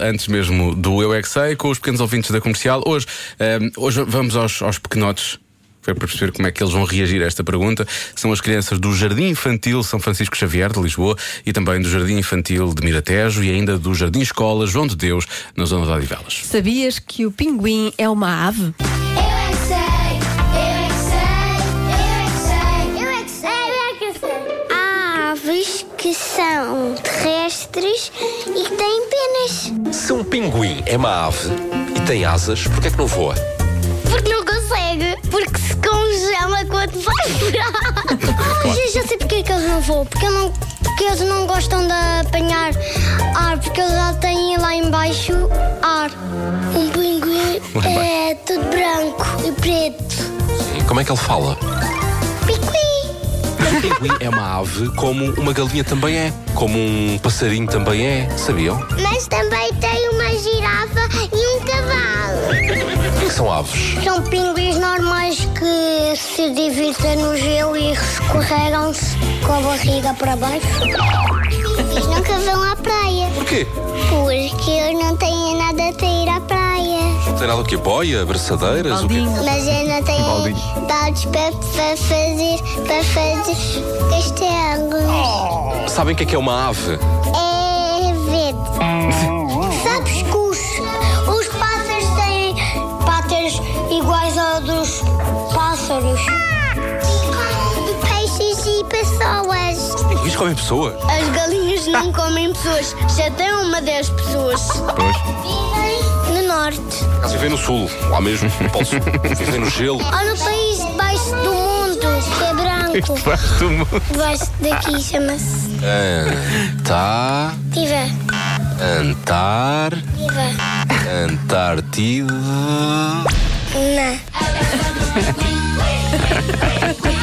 antes mesmo do Eu é que Sei, com os pequenos ouvintes da comercial. Hoje, hum, hoje vamos aos, aos pequenotes. Foi para perceber como é que eles vão reagir a esta pergunta. São as crianças do Jardim Infantil São Francisco Xavier, de Lisboa, e também do Jardim Infantil de Miratejo e ainda do Jardim Escola João de Deus, na zona de Odivelas. Sabias que o pinguim é uma ave? Eu é que sei, eu é que sei, eu é que sei, eu é que sei, eu é que sei. Há aves que são terrestres e que têm penas. Se um pinguim é uma ave e tem asas, porquê é que não voa? Porque não consegue, porque se congela quando vai furar. Mas eu já sei porque é que eles não voam, porque, eu não, porque eles não gostam de apanhar ar, porque eles já têm lá embaixo ar. Um pinguim é todo branco e preto. E como é que ele fala? Picuí! Um pinguim é uma ave como uma galinha também é, como um passarinho também é, sabiam? Mas também tem uma girafa e um cavalo. O que são aves? São pinguins normais que se dividem no gelo e escorregam-se com a barriga para baixo. Eles nunca vão à praia Porquê? porque eles não têm nada a ter à praia. Não tem nada o quê? Boia, abraçadeiras, o quê? Baldinho. Mas ainda têm baldes para, para fazer, para fazer castelos. Sabem o que é que é uma ave? É verde. Sabes que os, os pássaros têm patas iguais ao dos pássaros? Peixes e pessoas. Pinguins comem pessoas. As galinhas não comem pessoas, já tem uma 10 pessoas. Pois. No norte. Elas vivem no sul, lá mesmo, no Polo Sul. Vivem no gelo. Ou no país debaixo do mundo, que é branco. Debaixo daqui chama-se. Anta... Tiva. Antar... Tiva. Antartida... Não.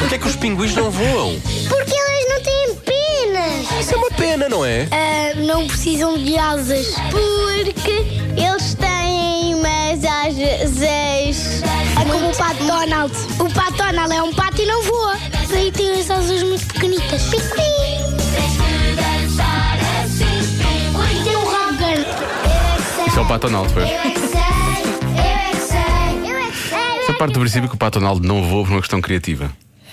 Porquê é que os pinguins não voam? Porque elas não têm penas. Isso é uma pena, não é? Ah, não precisam de asas. Porque eles têm umas asas. É como o pato Donald. O pato Donald é um pato e não voa. Daí tem as asas muito pequenitas. Tem um rabo grande. Isso é o Patonal, pois. é um é Essa parte do princípio que o Patonal não voa por uma questão criativa.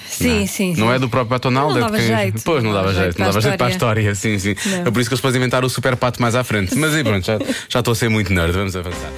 Sim, sim, sim. Não é do próprio Pato Donald, Não é dava porque- jeito. Pois, não dava jeito, não dava jeito para a história, sim, sim. Não. É por isso que eles depois inventaram o Super Pato mais à frente. Mas e pronto, já já estou a ser muito nerd, vamos avançar.